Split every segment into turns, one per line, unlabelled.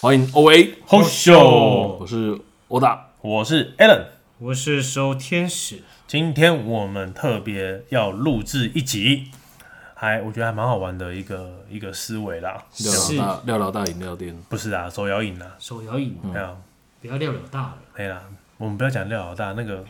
欢迎 O A，
好秀，
我是欧大，
我是 Alan。
我是收天使，
今天我们特别要录制一集，还我觉得还蛮好玩的一个一个思维啦。
廖老大，廖老大饮料店，
不是啊，手摇饮啊，
手摇饮，
对啊，
不要料了大了。
对啦，我们不要讲廖老大那个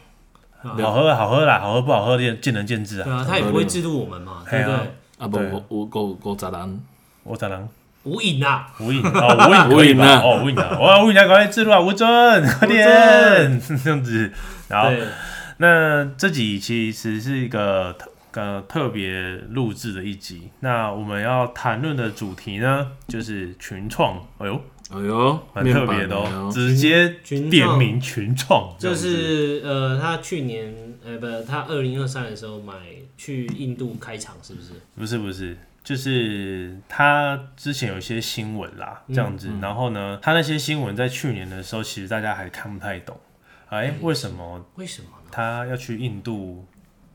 啊
好喝好喝啦，好喝不好喝见见仁见智
对
啊。
啊，他也不会制度我们嘛，
哎
对
呀
不对？
啊不，
对
我我我我杂男，
我咋能
无瘾啊，
无影哦，无影可以
无影
吧
啊？
哦，无影啊，哇，无影啊，赶快制度啊，吴尊，快点 这样子。然后
对，
那这集其实是一个特呃特别录制的一集。那我们要谈论的主题呢，就是群创。哎呦，
哎呦，
蛮
面
特
板
别的
哎
哦，
呦
直接
群
点
创
名群创，这
就
样子
是呃，他去年呃不，他二零二三的时候买去印度开厂，是不是？
不是不是。就是他之前有一些新闻啦，
嗯
这样子，然后呢，他那些新闻在去年的时候，其实大家还看不太懂，
嗯
哎，为什么
为什么呢？
他要去印度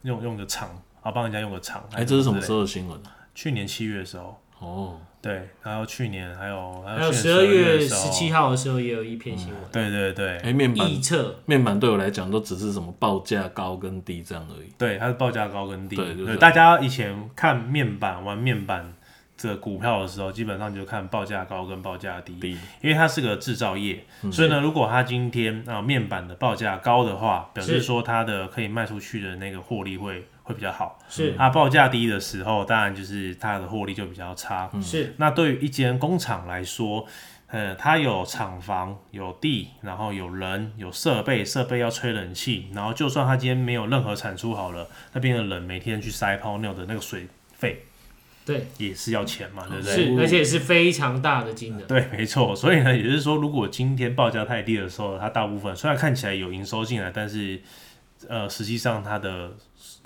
用用个厂啊，帮人家用个厂？
哎，这是什么
之类
时候的新闻啊？
的？去年七月的时候，
哦，
对，然后去年还有还
还有
呃去年
十二月
的时候嗯
十七，号的时候也有一篇新闻，
对对对
哎，面板
臆测
面板对我来讲都只是什么报价高跟低这样而已。
对，它是报价高跟低。
对就是
大家以前看面板玩面板这股票的时候，基本上就看报价高跟报价低，
低
因为它是个制造业，
嗯
所以呢，如果它今天啊、面板的报价高的话，表示
是
说它的可以卖出去的那个获利会会比较好。
是
它报价低的时候，当然就是它的获利就比较差。
是
那对于一间工厂来说，呃，它有厂房、有地，然后有人、有设备，设备要吹冷气，然后就算它今天没有任何产出好了，那边的人每天去塞泡尿的那个水费
对，
也是要钱嘛，对不 嗯对？
是，而且是非常大的金额，
对，没错。所以呢，也就是说，如果今天报价太低的时候，它大部分虽然看起来有营收进来，但是呃，实际上它的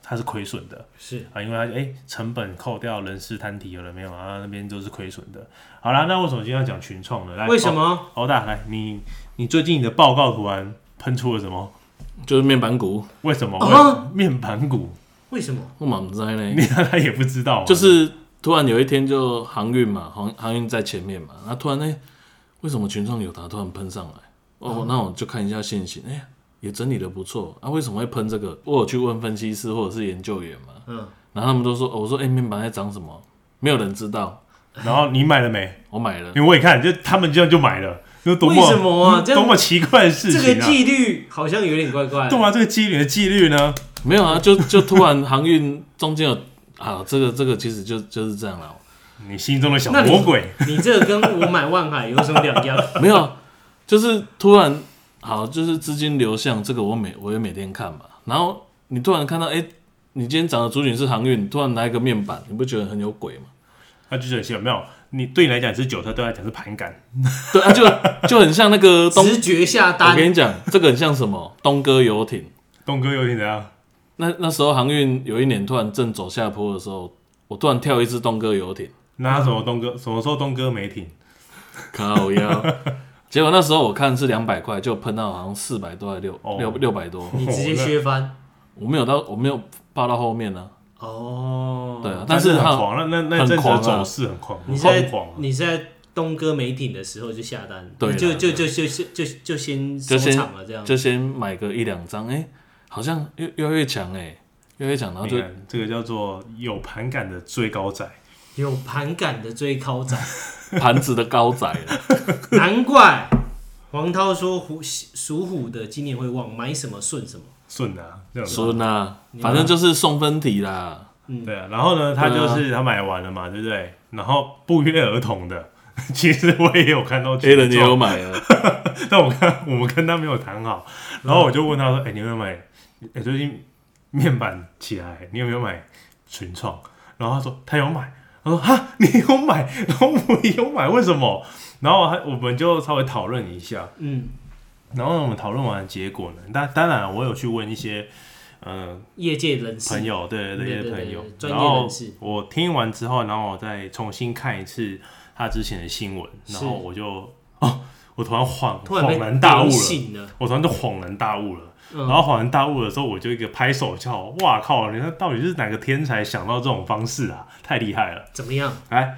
它是亏损的。
是
啊，因为他哎、诶成本扣掉人事摊提有了没有啊？那边都是亏损的。好啦，那为什么今天要讲群创呢？来，
为什么？
哦？欧大，来，你你最近你的报告突然喷出了什么？
就是面板股，
为什么
啊
会面盘股？
为什么？
我满不在呢。
你看他也不知道啊，
就是突然有一天就航运嘛，航航运在前面嘛，那突然呢、哎为什么群创友达突然喷上来？哦，那我就看一下现行，哎、也整理的不错，啊，为什么会喷这个？我有去问分析师或者是研究员嘛，
嗯，
然后他们都说，哦、我说，哎、面板在涨什么？没有人知道，
然后你买了没？
我买了，
因为我一看，就他们这样就买了，就多么
为什么啊
嗯
这样
多么奇怪的事
这
情啊！
个纪律好像有点怪怪。
对啊，这个纪律的纪律呢？
没有啊，就就突然航运中间有啊，这个这个其实就就是这样了，
你心中的小
那你
魔鬼，
你这个跟我买万海有什么两样？
没有，就是突然好，就是资金流向这个我每我也每天看嘛。然后你突然看到，哎、你今天涨的主群是航运，你突然来一个面板，你不觉得很有鬼吗？
他就是很奇怪，没有你对你来讲是韭菜，对他来讲是盘感。
对啊，就 就很像那个东，
直觉下
我
单，
跟你讲，这个很像什么东哥游艇。
东哥有点怎样？
那那时候航运有一年突然正走下坡的时候，我突然跳一只东哥游艇，
那什么东哥？什么时候东哥没停？
靠腰。结果那时候我看是两百块，就喷到好像四百多还六
哦
六六百多，
你直接削翻。
我没有到我没有报到后面呢、
哦，
对啊，但
但是
是
很
它
狂，那那那
很
阵子
狂
的
啊
走势很狂，
你
很
在
疯狂啊。
你在东哥没艇的时候就下单，
对啦
就就就就就就就先
就
收
先
场了这样。
就先买个一两张，哎、好像越越来越强哎、越来越强，然后就
你看这个叫做有盘感的追高仔，
有盘感的追高仔，
盘子的高仔了。
难怪黄涛说虎属虎的今年会旺，买什么顺什么。
顺啊，这样子。
孙啊，反正就是送分题啦。
对啊，然后呢，他
对
就
啊
是他买完了嘛，对不对？然后不约而同的， 其实我也有看到
A 人
群
也
众
有买了，哦
但我看 我们跟他没有谈好，然后我就问他说：“哎、你有没有买？哎、最近面板起来，你有没有买群创？”然后他说他有买，他说：“哈，你有买？ 然后我也有买，为什么？”然后还我们就稍微讨论一下，
嗯，
然后呢我们讨论完的结果呢，当当然啊我有去问一些嗯、呃
业界人士
朋友，对对对
对对
朋
对
友
对，专
然
业
后
人士
我听完之后，然后我再重新看一次他之前的新闻，然后
是
我就哦，我突然恍
突然被
恍然大悟了。
点醒了，
我突然就恍然大悟了。
嗯
然后恍然大悟的时候，我就一个拍手叫：“哇靠！你看到底是哪个天才想到这种方式啊？太厉害了
怎么样？！”
来，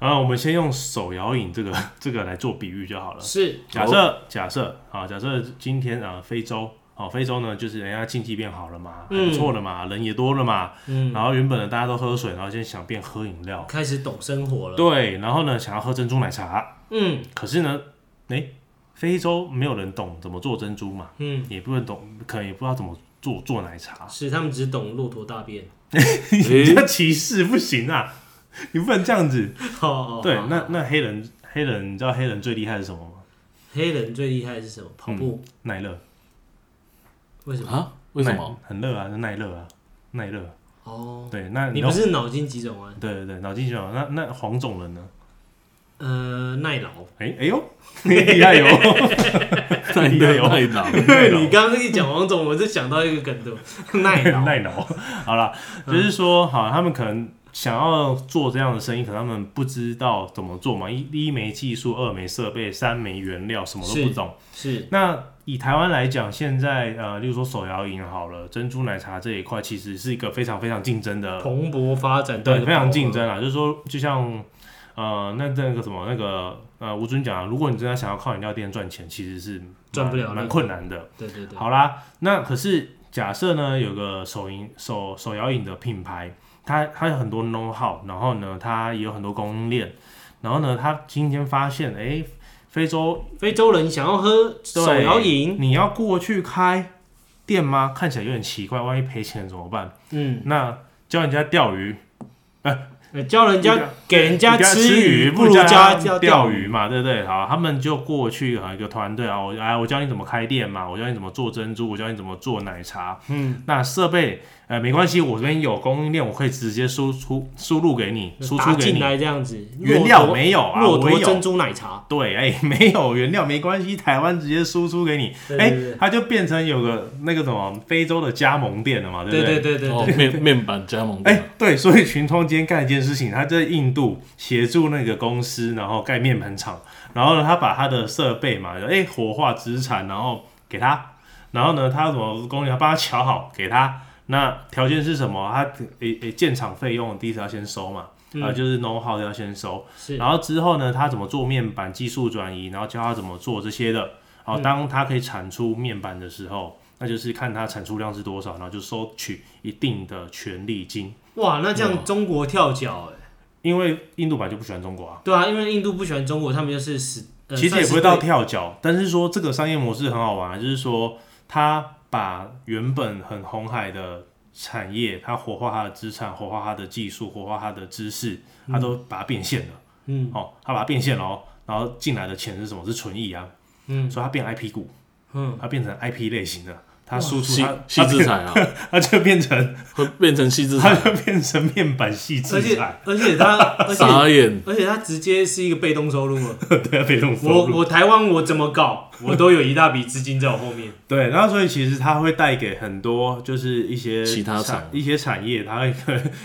啊，我们先用手摇饮这个 这个来做比喻就好了。
是
假设假设啊，假设今天啊，非洲啊，非洲呢，就是人家经济变好了嘛，还不错了嘛，人也多了嘛，
嗯
然后原本呢大家都喝水，然后现在想变喝饮料，
开始懂生活了，
对，然后呢想要喝珍珠奶茶，
嗯
可是呢，哎，非洲没有人懂怎么做珍珠嘛，
嗯，
也不能懂，可能也不知道怎么做做奶茶，
是他们只懂骆驼大便，
你 这歧视不行啊，你不能这样子。
哦哦，
对
好，
那那黑人黑人，你知道黑人最厉害是什么吗？
黑人最厉害的是什么？跑步，
耐热，
为什么？
啊？为什 么？
耐？很热啊，就耐热啊，耐热。
哦，
对，那
你
要
不是脑筋急转弯，
对对对，脑筋急转弯。那那黄种人呢？
呃，耐劳。
哎哎 呦，厉害哟！
在
厉害
那
哦
太难。
耐劳
你刚刚一讲王总，我就想到一个梗图，耐 劳。
耐劳。好啦，就是说，好，他们可能想要做这样的生意，可他们不知道怎么做嘛。一第一没技术，二没设备，三没原料，什么都不
是
懂。
是
那以台湾来讲，现在呃，例如说手摇饮好了，珍珠奶茶这一块，其实是一个非常非常竞争的，
蓬勃发展，
对，非常
啊
竞。争啦。就是说，就像呃，那那个什么那个呃，吴尊讲啊，如果你真的想要靠饮料店赚钱，其实是蛮
赚不了
蛮
的
困难的。
对对对，
好啦，那可是假设呢，有个手饮手手摇饮的品牌，它它有很多 know how，然后呢，它也有很多供应链，然后呢，它今天发现，哎、非洲
非洲人想要喝手
对
摇饮，
你要过去开店吗？看起来有点奇怪，万一赔钱怎么办？
嗯，
那教人家钓鱼，
呃教人家给人家
人家
吃鱼，
不
不如
教
教
人家钓
教钓。
鱼嘛，对不对？好，他们就过去啊，一个团队啊，我哎，我教你怎么开店嘛，我教你怎么做珍珠，我教你怎么做奶茶。
嗯，
那设备呃没关系，我这边有供应链，我可以直接输出输入给你，输出
打
给
进
你。
来这样子，
原
骆
料
驼
没有啊，
骆
我
驼珍
有。
珠奶茶，
对，哎、没有原料没关系，台湾直接输出给你，
对
哎、
对对
它就变成有个那个什么非洲的加盟店了嘛，对不
对对对对
哦，
对，
面面板加盟
哎、
店，
对，所以群创今天干了一件事情，他在印度协助那个公司，然后盖面盆厂，然后呢，他把他的设备嘛，哎、活化资产，然后给他，然后呢，他什么工人，他帮他瞧好，给他。那条件是什么？他诶诶、建厂费用第一次要先收嘛，啊、就是 know how 要先收，
是
然后之后呢，他怎么做面板技术转移，然后教他怎么做这些的。好，当他可以产出面板的时候，那就是看他产出量是多少，然后就收取一定的权利金。
哇，那这样中国跳脚哎，
因为印度本来就不喜欢中国啊，
对啊，因为印度不喜欢中国，他们就是死，呃
其实也
算
不
是
会到
对
跳脚，但是说这个商业模式很好玩啊，就是说他把原本很红海的产业，他活化他的资产，活化他的技术，活化他的知识，他都把它变现了。
嗯
哦，他把它变现了哦，然后进来的钱是什么？是纯益啊，
嗯
所以它变 IP 股，
嗯，
它变成 IP 类型的，它输出
细
它
细制裁啊，
它就变成
会变成细制
它
裁，
就变成面板细制
而且
裁，
而且他而且
傻眼。
而且他直接是一个被动收入 了。
对，它啊被动收
我
入。
我台湾我怎么搞，我都有一大笔资金在我后面。
对，然后所以其实它会带给很多就是一些
其他
产
厂
一些产业，它会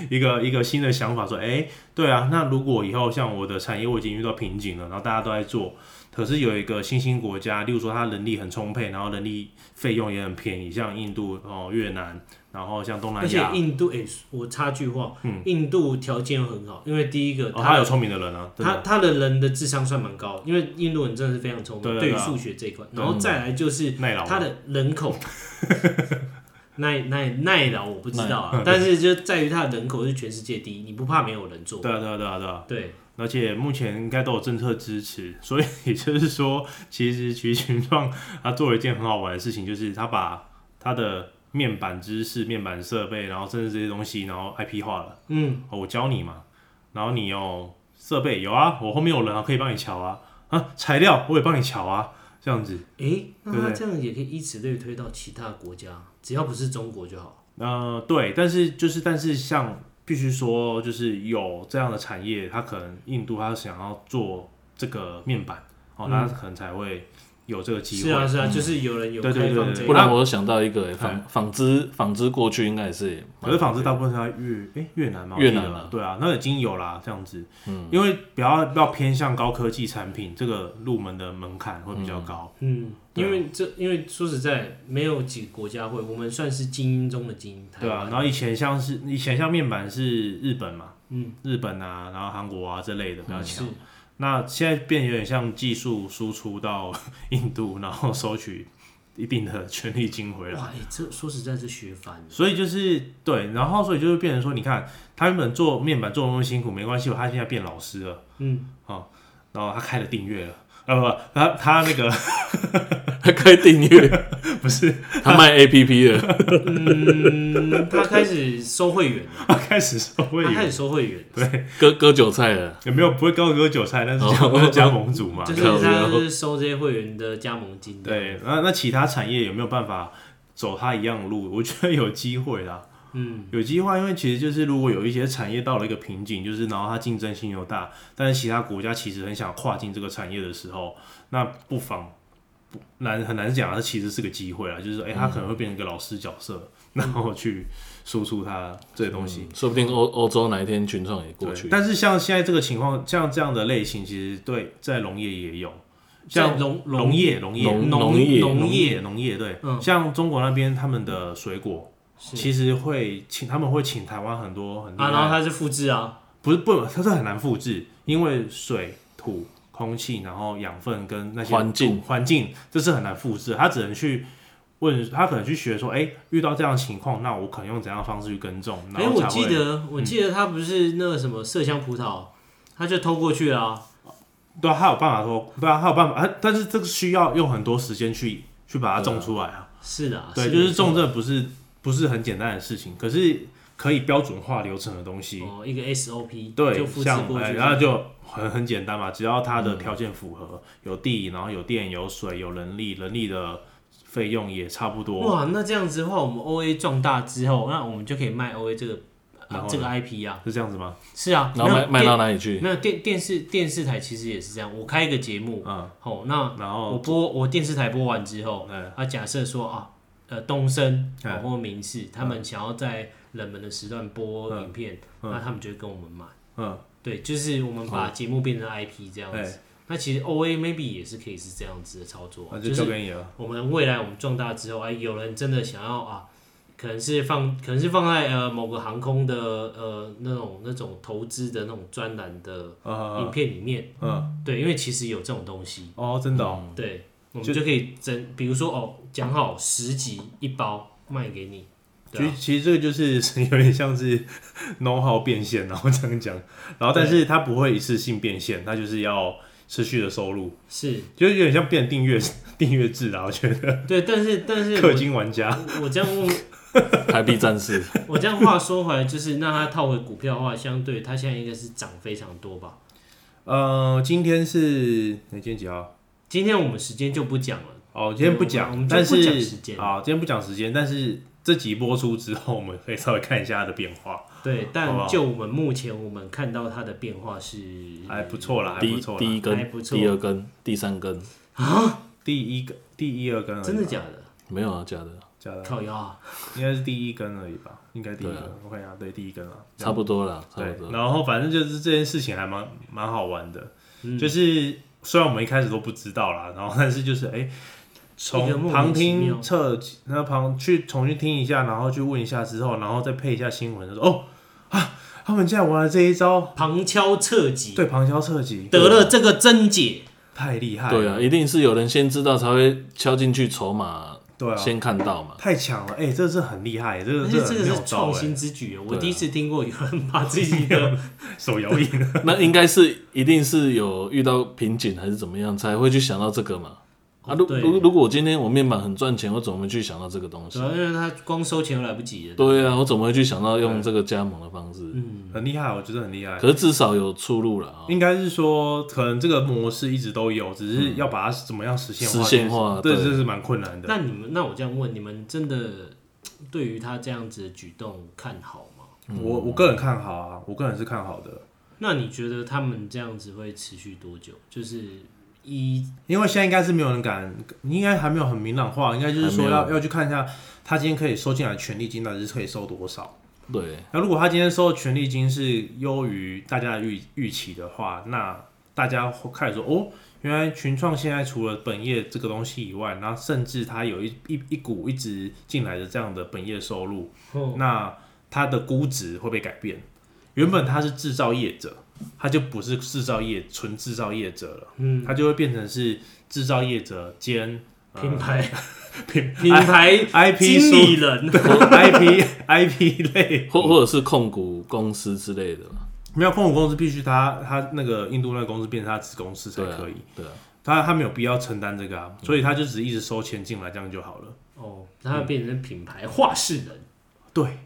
一个一个新的想法说，哎，对啊，那如果以后像我的产业我已经遇到瓶颈了，然后大家都在做，可是有一个新兴国家，例如说它人力很充沛，然后人力费用也很便宜，像印度哦、越南，然后像东南
而且
亚，
印度，哎、我插句话，印度条件很好，因为第一
嗯
个
哦，
他、
它有聪明的人啊，对
他
吧？
他的人的智商算蛮高，因为印度人真的是非常聪明，
对
对
对
于
对啊
数学这一块。然后再来就是
耐劳嘛
他的 人口。耐耐耐劳我不知道啊，但是就在于他的人口是全世界第一，你不怕没有人做？
对啊，对啊，对啊，对啊，
对，
而且目前应该都有政策支持，所以也就是说，其实其实群创他做了一件很好玩的事情，就是他把他的面板知识、面板设备，然后甚至这些东西，然后 IP 化了。
嗯，
哦，我教你嘛，然后你有设备有啊，我后面有人啊，可以帮你瞧啊，啊，材料我也帮你瞧啊，这样子。
哎、那
对不
他
对
这样也可以以此类推到其他国家，只要不是中国就好。
呃，对，但是就是但是像必须说，就是有这样的产业，它可能印度它想要做这个面板哦，那可能才会有这个机会。
是啊是啊，就是有人有
对对
开放
对
这
对
不
个，
然我又想到一个、欸、
哎
纺纺织纺织过去应该也是蛮，
可是纺织大部分是在越哎、越南嘛，
越南啊
我记得对啊，那已经有啦这样子，嗯，因为比较比较偏向高科技产品，这个入门的门槛会比较高，
嗯，
对啊
因为这因为说实在，没有几个国家会，我们算是精英中的精英，
对啊，然后以前像是以前像面板是日本嘛，
嗯，
日本啊，然后韩国啊这类的比较
是
强，那现在变有点像技术输出到 印度，然后收取一定的权利金回来。
哇，哎，这说实在是学烦了，
所以就是对，然后所以就是变成说，你看他原本做面板做那么辛苦，没关系，他现在变老师了，哦
嗯，
然后他开了订阅了，呃不，他他那个
他开订阅，
不是
他卖 A P P 的，
嗯，他开始收会员了，
他开始收会
他开
员，
始收会员，
对，
割割韭菜的，
也没有不会高歌韭菜，但是加
哦
但是加盟主 嘛
就，是他就是收这些会员的加盟金，，
对，那那其他产业有没有办法走他一样的路？我 觉得有机会啦，
嗯，
有机会，因为其实就是如果有一些产业到了一个瓶颈，就是然后它竞争性又大，但是其他国家其实很想跨进这个产业的时候，那不妨不难很难讲，它其实是个机会啦，就是哎、诶它可能会变成一个老师角色，然后去输出它这些东西。
嗯说不定欧欧洲哪一天群创也过
对
去，
但是像现在这个情况，像这样的类型，其实对在农业也有，
像
像
农
农业、农业、
农
农
农业
农
农业
业、农业，对，
嗯
像中国那边他们的水果。
是
其实会请他们会请台湾很多很厉害
啊，然后他是复制啊，
不是不，它是很难复制，因为水、土、空气，然后养分跟那些
环境
环境，这是很难复制的。他只能去问，他可能去学说，哎、遇到这样的情况，那我可能用怎样的方式去耕种？然
哎，
后
我
才
记
会嗯
得我记得他不是那个什么麝香葡萄，他就偷过去啊，
对啊，他有办法说，对啊，他有办法，啊但是这个需要用很多时间去去把它种出来啊。
是的啊，
对，
没
就是
错
种这不是不是很简单的事情，可是可以标准化流程的东西。
哦，一个 SOP 就
对，
复制
像
过
哎
去，嗯
然后就很很简单嘛，只要它的条件符合，有地，然后有电、有水、有人力，人力的费用也差不多。
哇，那这样子的话，我们 OA 壮大之后，那我们就可以卖 OA 这个、
然
啊
后呢
这个 IP 啊，
是这样子吗？
是啊，
然后卖卖到
到
哪里去？
没有电电视电视台其实也是这样，我开一个节目，
嗯，
哦，那
然
我
后
播我电视台播完之后，
嗯
啊，假设说啊，呃，东升、哦
嗯
或明视他们想要在冷门的时段播影片，
嗯
那他们就会跟我们买，
嗯，
对，就是我们把节目变成 IP 这样子。
哎
那其实 OA maybe 也是可以是这样子的操作啊，
那
就
就是交给你了。
我们未来我们壮大之后，哎，有人真的想要啊，可能是放，可能是放在呃某个航空的呃那种那种投资的那种专栏的
呃
影片里面，
嗯，
对，因为其实有这种东西，
哦，真的哦，
对，我们
就
就可以真，比如说哦，讲好十集一包卖给你，
其
对、
实
啊，
其实这个就是有点像是 know how 变现，然后这样讲，然后但是它不会一次性变现，它就是要持续的收入，
是
就是有点像变订阅订阅制啊，我觉得
对，但是但是
氪
我
金玩家
我这样问，
台币战士，
我这样话说回来，就是那它套回股票的话，相对它现在应该是涨非常多吧。
呃，今天是哪天几号？
今天我们时间就不讲了，
哦，今天不
我们
讲，
就
但
不讲
是
时间
啊，今天不讲时间，但是这集播出之后，我们可以稍微看一下它的变化，
对，
好不好
但就我们目前我们看到它的变化是
还不错 啦，还
第
不
一
错
第
啦。
一
还
根
不，错
第二根，第三根，
第一个，第一二根而已吧，
真的假的？
没有啊，假的，
假的？
靠腰啊，
应该是第一根而已吧，应该第一
对
根
啊。
我看一下，对，第一根啊，
差不多啦，差
对
不。多。
然后反正就是这件事情还蛮蛮好玩的，
嗯
就是虽然我们一开始都不知道啦，然后但是就是哎。
一个莫
从
名
旁
其妙
听侧那旁去重新听一下，然后去问一下之后，然后再配一下新闻，就说哦啊，他们竟然玩了这一招，
旁敲侧击，
对旁敲侧击，
得了这个真解，
太厉害，
对啊，一定是有人先知道才会敲进去筹码，
对啊，
先看到嘛。
太强了，哎、这是很厉害，这
而
个
且这
很
个
妙
是
招
创
哎，
新之举，我
对啊
第一次听过有人把自己 的，
哎手摇 椅，
那应该是一定是有遇到瓶颈还是怎么样，才会去想到这个嘛。啊，如
对
如如果我今天我面板很赚钱，我怎么会去想到这个东西
主？要因为他光收钱都来不及了，
对啊，我怎么会去想到用这个加盟的方式？
很厉害，我觉得很厉害。
可是至少有出路了啊、
应该是说，可能这个模式一直都有，只
嗯
是要把它怎么样实现化。
实现化
这
对
这是蛮困难的。
那你们，那我这样问，你们真的对于他这样子的举动看好吗？
我我个人看好啊，我个人是看好的。
那你觉得他们这样子会持续多久？就是一
因为现在应该是没有人敢，应该还没有很明朗化，应该就是说
还
要
没
要去看一下他今天可以收进来的权利金到底是可以收多少。
对，
那如果他今天收的权利金是优于大家的预预期的话，那大家会开始说哦，原来群创现在除了本业这个东西以外，然后甚至它有一一一股一直进来的这样的本业收入，
哦
那它的估值会被改变。原本它是制造业者，它就不是制造业纯制造业者了，
嗯，
它就会变成是制造业者兼、呃
品牌
品
品牌
IP
经理
数
人
嗯
IP IP 类
或或者是控股公司之类的啦，
没有控股公司必须他他那个印度那个公司变成他子公司才
对啊嗯
可以，，
对啊，
他他没有必要承担这个啊，所以他就只一直收钱进来这样就好了。
哦，他变成品牌画事人，
对，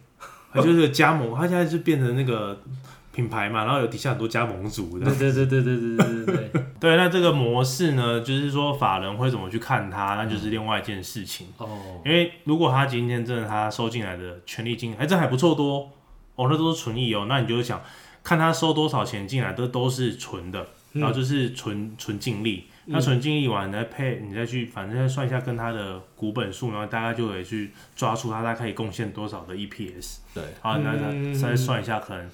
他就是加盟，他现在就变成那个品牌嘛，然后有底下很多加盟组的
对。对对对对对对对 对，
对，那这个模式呢，就是说法人会怎么去看它，那就是另外一件事情。
哦，
因为如果他今天真的他收进来的权利金，哎、这还不错多哦，那都是纯益哦，那你就想看他收多少钱进来，都都是纯的，
嗯
然后就是纯纯净利。
嗯
那纯净利完，你再配，你再去，反正再算一下跟他的股本数，然后大概就可以去抓出他大概可以贡献多少的 E EPS。
对啊
好，那
嗯
再再算一下，可能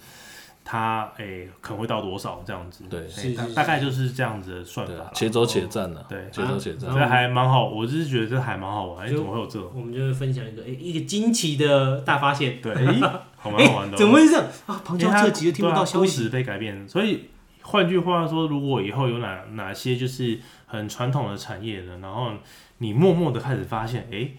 他诶、可能会到多少这样子。
对
诶
是
大
是是
大概就是这样子的算法
对
啦
啊，。且走且战呢，
对
且走且战
啊，
这还蛮好，我只是觉得这还蛮好玩，哎、
就
怎么会有这种？
我们就会分享一个诶、一个惊奇的大发现，
对，哎、 好蛮好玩的、哦
怎么会这样啊？
因
旁
为
敲
它
侧击都听不到
对啊估
消息，
值被改变，所以换句话说，如果以后有哪哪些就是很传统的产业的，然后你默默的开始发现，哎、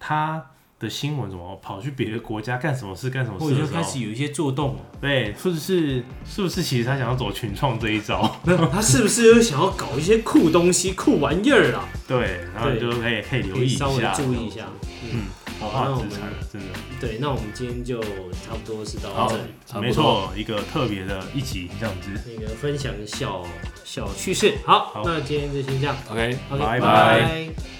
他的新闻怎么跑去别的国家干什么事干什么
我
事的
就
时
开
候，
始有一些做动了。
对，是不是是不是其实他想要走群创这一招？
没有，他是不是又想要搞一些酷东西、酷玩意儿啊？
对，然后你就可以可以留
可
意
以
一
稍微
下，
注意一下。
嗯，好
那
好
我
资
们
产真的。
对，那我们今天就差不多是到
好
这里。
差不多
没错，一个特别的一集这样子，
那个分享小小趣事，好，
好
那今天就先这样。
，OK。
OK，
拜
拜
拜